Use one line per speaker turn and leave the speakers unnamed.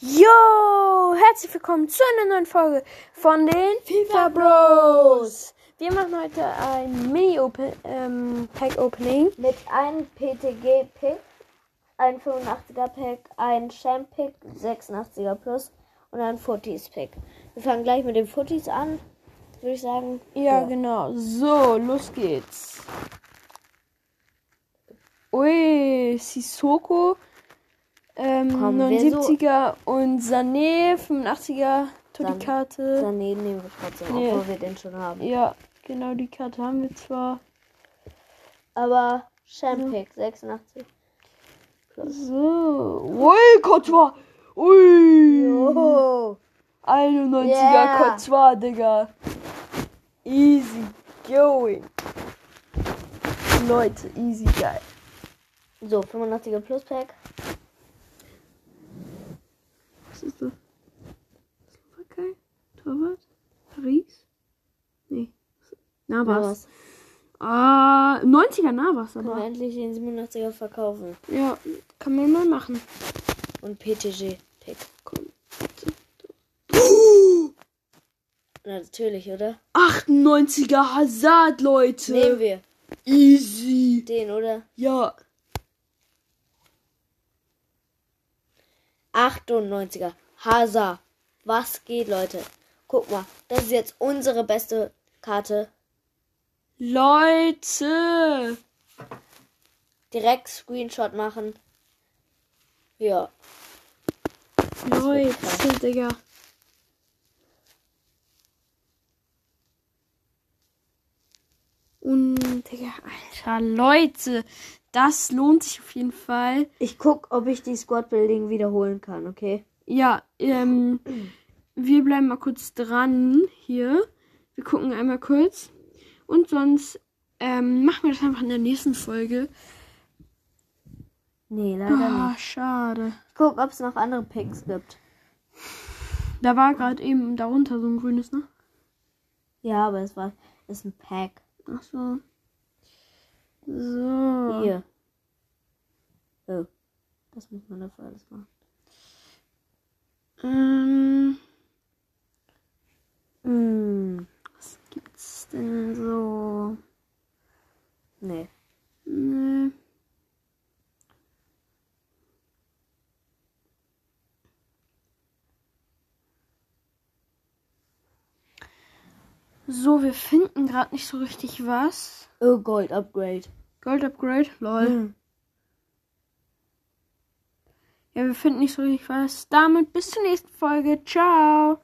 Yo, herzlich willkommen zu einer neuen Folge von den FIFA Bros. Wir machen heute ein Mini-Pack-Opening. Ähm, Pack Opening.
Mit einem PTG-Pick, ein 85er-Pick, ein Champ-Pick, 86er Plus und ein Footies-Pick. Wir fangen gleich mit den Footies an, würde ich sagen.
ja, genau. So, los geht's. Ui, Sissoko, ähm,
Kommen wir
79er und Sané, 85er, tut die
Sané.
Karte.
Daneben nehmen wir trotzdem,
Nee.
obwohl wir den schon haben.
Ja, genau, die Karte haben wir zwar.
Aber Champ-Pick, 86.
So, ui, Courtois. Ui.
Mhm.
91er
Yeah.
Kotzwa, Digga. Easy going. Leute, easy geil.
So, 85er Plus-Pack.
Was ist das? Slowakei? Torwart? Paris? Nee. Navas.
Was?
Ah, 90er Navas,
Können wir
aber.
endlich den 87er verkaufen.
Ja, kann man mal machen.
Und PTG-Pick.
Komm.
Natürlich, oder?
98er Hazard, Leute.
Nehmen wir
Easy.
den, oder?
Ja.
98er. Hasa. Was geht, Leute? Guck mal, das ist jetzt unsere beste Karte.
Leute.
Direkt Screenshot machen. Ja,
Leute, Digga. Und, Digga, alter, Leute. Das lohnt sich auf jeden Fall.
ich guck, ob ich die Squad Building wiederholen kann, okay?
Ja, ähm, wir bleiben mal kurz dran hier. Wir gucken einmal kurz. Und sonst ähm, machen wir das einfach in der nächsten Folge.
Nee, leider
Ah,
nicht.
schade.
Ich guck, ob es noch andere Picks gibt.
Da war gerade eben darunter so ein grünes, ne?
Ja, aber es war ist ein Pack.
Ach so. So.
Hier. Oh. Das muss man dafür alles machen.
Ähm,
Mm.
was gibt's denn so?
Nee.
Nee. So, wir finden gerade nicht so richtig was.
Oh, Gold Upgrade.
Gold Upgrade, lol.
Hm.
Ja, wir finden nicht so richtig was. Damit bis zur nächsten Folge. Ciao.